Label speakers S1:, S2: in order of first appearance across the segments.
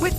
S1: With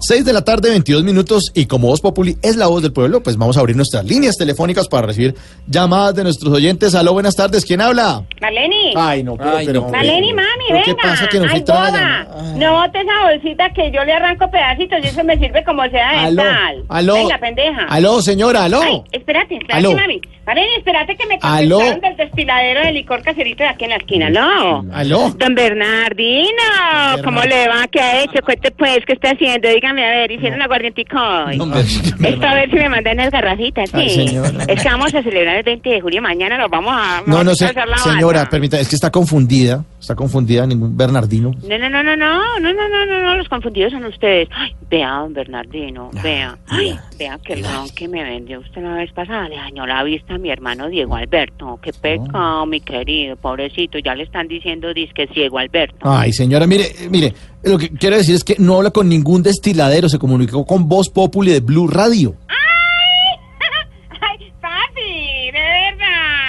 S2: 6 de la tarde, 22 minutos, y como Voz Populi es la voz del pueblo, pues vamos a abrir nuestras líneas telefónicas para recibir llamadas de nuestros oyentes. Aló, buenas tardes, ¿quién habla?
S3: Maleni,
S2: Ay, no, pero...
S4: Ay, no,
S2: pero-
S3: Maleni, mami,
S2: ¿Pero
S3: venga.
S2: ¿Qué pasa que nos
S3: Ay,
S2: quita la
S3: boba.
S2: llamada? Ay.
S3: No bote esa bolsita que yo le arranco pedacitos y eso me sirve como sea de
S2: Aló,
S3: tal.
S2: aló,
S3: Ay, la pendeja.
S2: aló, señora, aló.
S3: Ay, eh, espérate, espérate,
S2: Aló.
S3: mami. Maleni, espérate que me
S2: Aló.
S3: contestaron del desfiladero de licor caserito de aquí en la esquina. No.
S2: Aló.
S3: Don Bernardino, ¿cómo le va? ¿Qué ha hecho? Cuente pues, ¿qué está haciendo? Dígame, a ver, hicieron aguardientico hoy.
S2: Hombre,
S3: Esto a ver si me mandan el garrafita,
S2: Ay,
S3: sí.
S2: señora.
S3: es que vamos a celebrar el 20 de julio, mañana nos vamos a...
S2: No,
S3: vamos
S2: no
S3: a
S2: sé,
S3: alzar la
S2: señora,
S3: banda.
S2: permita, es que está confundida, está confundida, ningún Bernardino.
S3: No, no, no, no, no, no, no, no, no, no, los confundidos son ustedes. Ay, vea, don Bernardino,
S2: Ah,
S3: vea. Ay, vea que el ron que me vendió usted la vez pasada le dañó la vista a mi hermano Diego Alberto. Qué pecado, mi querido, pobrecito, ya le están diciendo disque ciego Alberto.
S2: Ay, señora, mire, eh, mire, lo que quiero decir es que no habla con ningún destiladero, se comunicó con Voz Populi de Blue Radio.
S3: Ay, papi, de verdad.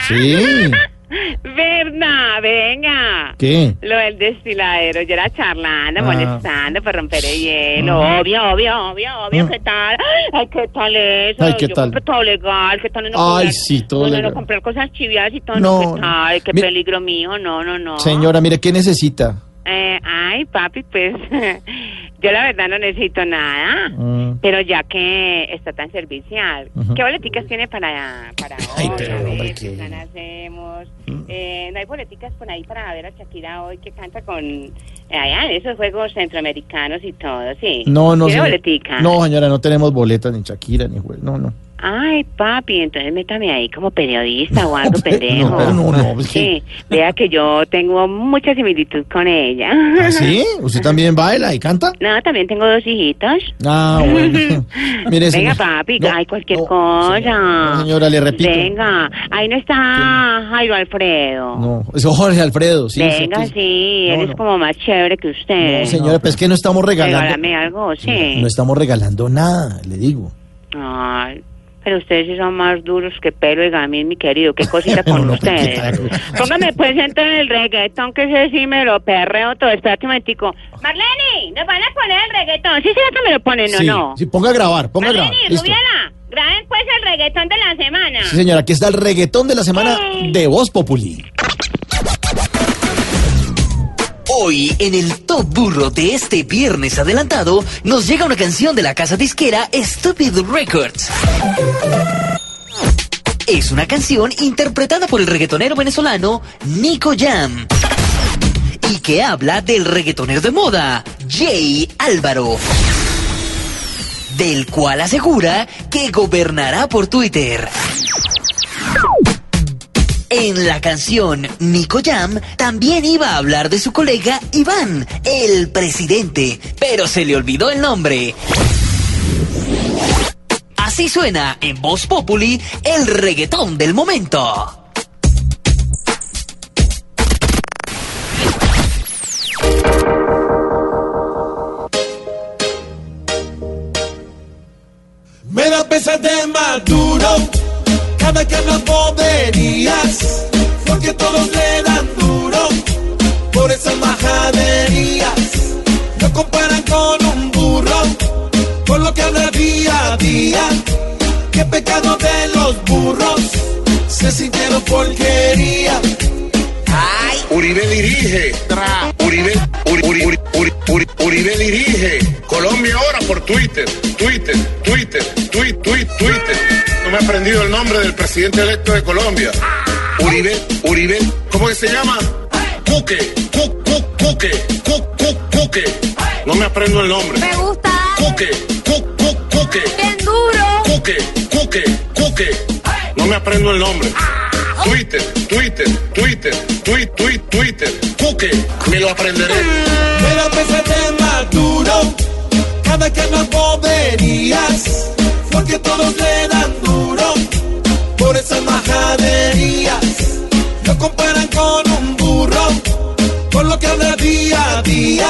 S2: Sí.
S3: Verdad, venga.
S2: ¿Qué?
S3: Lo del destiladero, yo era charlando,
S2: Ah. Mm.
S3: molestando por romper el hielo. Obvio, obvio, obvio, obvio.
S2: Ah.
S3: ¿Qué tal? Ay, ¿qué tal eso?
S2: Ay, ¿qué
S3: Yo
S2: tal?
S3: compré todo legal. ¿Qué tal? No
S2: Ay,
S3: comprar-
S2: sí, todo
S3: no, no,
S2: legal.
S3: No, comprar cosas chivias y todo.
S2: No,
S3: No, ¿qué
S2: no.
S3: tal? Qué
S2: Mi-
S3: peligro mío. No, no, no.
S2: Señora, mire, ¿qué necesita?
S3: Eh, ay, papi, pues yo la verdad no necesito nada.
S2: Mm.
S3: Pero ya que está tan servicial, ¿qué boleticas tiene para, para
S2: Ay,
S3: hoy?
S2: pero,
S3: A ver,
S2: hombre,
S3: ¿qué
S2: qué-
S3: plan hacemos?
S2: Mm.
S3: Eh, ¿No hay boleticas por ahí para ver a Shakira hoy que canta con eh, allá en esos juegos centroamericanos y todo? Sí.
S2: No, no.
S3: ¿Tiene
S2: señora.
S3: boletica?
S2: No, señora, no tenemos boletas ni Shakira ni juez. No, no.
S3: Ay, papi, entonces métame ahí como periodista o algo,
S2: No,
S3: pendejo.
S2: pero no, no, es que-
S3: Sí, vea que yo tengo mucha similitud con ella.
S2: ¿Ah, sí? ¿Usted también baila y canta?
S3: No, también tengo dos hijitos.
S2: Ah, bueno. Mire,
S3: Venga,
S2: señora-
S3: papi,
S2: No,
S3: hay cualquier
S2: no,
S3: cosa.
S2: Señora, no, señora, le repito.
S3: Venga, ahí no está Jairo Alfredo.
S2: No, es Jorge Alfredo, sí.
S3: Venga,
S2: es-
S3: sí,
S2: no,
S3: él
S2: no.
S3: es como más chévere que usted.
S2: No, señora, pues es que no estamos regalando.
S3: Regálame algo, sí.
S2: No estamos regalando nada, le digo.
S3: Ay, pero ustedes sí son más duros que pelo y gamín, mi querido. Qué cosita con
S2: No, no, pues,
S3: ustedes.
S2: qué tal.
S3: Póngame pues entonces el reggaetón, que ese sí me lo perreo todo. Espérate un momentico. Marlene, ¿nos van a poner el reggaetón? ¿Sí será que me lo ponen o
S2: sí,
S3: no?
S2: sí, ponga a grabar, ponga a grabar.
S3: Marlene,
S2: Listo.
S3: Rubiela, graben pues el reggaetón de la semana.
S2: Sí, señora, aquí está el reggaetón de la semana de Voz Populi.
S5: Hoy, en el top burro de este viernes adelantado, nos llega una canción de la casa disquera Stupid Records. Es una canción interpretada por el reggaetonero venezolano Nico Jam y que habla del reggaetonero de moda, Jay Álvaro, del cual asegura que gobernará por Twitter. En la canción Nico Jam también iba a hablar de su colega Iván, el presidente, pero se le olvidó el nombre. Así suena en Voz Populi el reggaetón del momento.
S6: Me da pesadez más duro cada que hablas boberías, porque todos le dan duro por esas majaderías. Lo comparan con un burro, por lo que habla día a día. Qué pecado de los burros, se sintieron porquería.
S7: Uribe dirige. Uribe, Uri- Uri- Uri- Uri- Uri- Uribe dirige. Colombia ahora por Twitter. Twitter, Twitter, tweet, tweet, Twitter. No me he aprendido el nombre del presidente electo de Colombia. Uribe, Uribe. ¿Cómo que se llama? Cuque, cu, cu, cuque, cu, cu, cuque. No me aprendo el nombre.
S8: Me gusta,
S7: Cuque, cu, cu, cuque,
S8: bien duro.
S7: cuque, cuque, cuque. No me aprendo el nombre. Twitter, Twitter, Twitter, tweet, tweet, Twitter. Cuque, me lo aprenderé.
S6: Me da pesadez más duro cada
S7: cada que más boberías, porque todos le dan duro por esas majaderías. Lo comparan con un burro, con lo que habla día a día.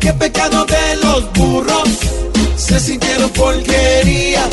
S7: Qué pecado de los burros, se sintieron porquería.